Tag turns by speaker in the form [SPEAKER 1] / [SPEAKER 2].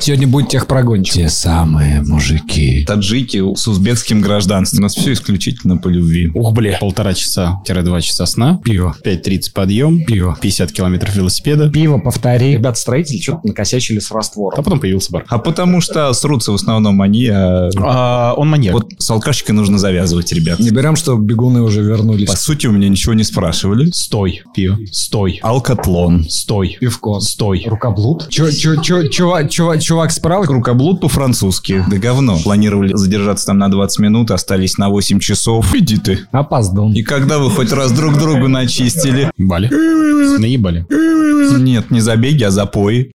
[SPEAKER 1] Сегодня будет техпрогон. Те самые мужики.
[SPEAKER 2] Таджики с узбекским гражданством. У нас все исключительно по любви.
[SPEAKER 3] Ух, бля. Полтора часа-два часа сна.
[SPEAKER 1] Пиво.
[SPEAKER 3] 5.30 подъем.
[SPEAKER 1] Пиво.
[SPEAKER 3] 50 километров велосипеда.
[SPEAKER 1] Пиво, повтори.
[SPEAKER 4] Ребят-строители что-то накосячили с
[SPEAKER 3] А
[SPEAKER 4] раствором.
[SPEAKER 3] потом появился бар.
[SPEAKER 2] А потому что срутся в основном они, а
[SPEAKER 3] А, он маньяк.
[SPEAKER 2] вот с алкашкой нужно завязывать, ребят.
[SPEAKER 1] Не берем, что бегуны уже вернулись.
[SPEAKER 2] По сути, у меня ничего не спрашивали.
[SPEAKER 3] Стой. Пиво. Стой. А
[SPEAKER 2] Алкатлон.
[SPEAKER 3] Стой.
[SPEAKER 1] Пивко.
[SPEAKER 3] Стой.
[SPEAKER 4] Рукоблуд.
[SPEAKER 1] Чё, чё, чё, чувак, чувак, чувак справа?
[SPEAKER 2] Рукоблуд по-французски. Да говно. Планировали задержаться там на 20 минут, остались на 8 часов. Иди ты.
[SPEAKER 1] Опоздал.
[SPEAKER 2] И когда вы хоть раз друг другу начистили?
[SPEAKER 3] Бали. Наебали.
[SPEAKER 2] Нет, не забеги, а запои.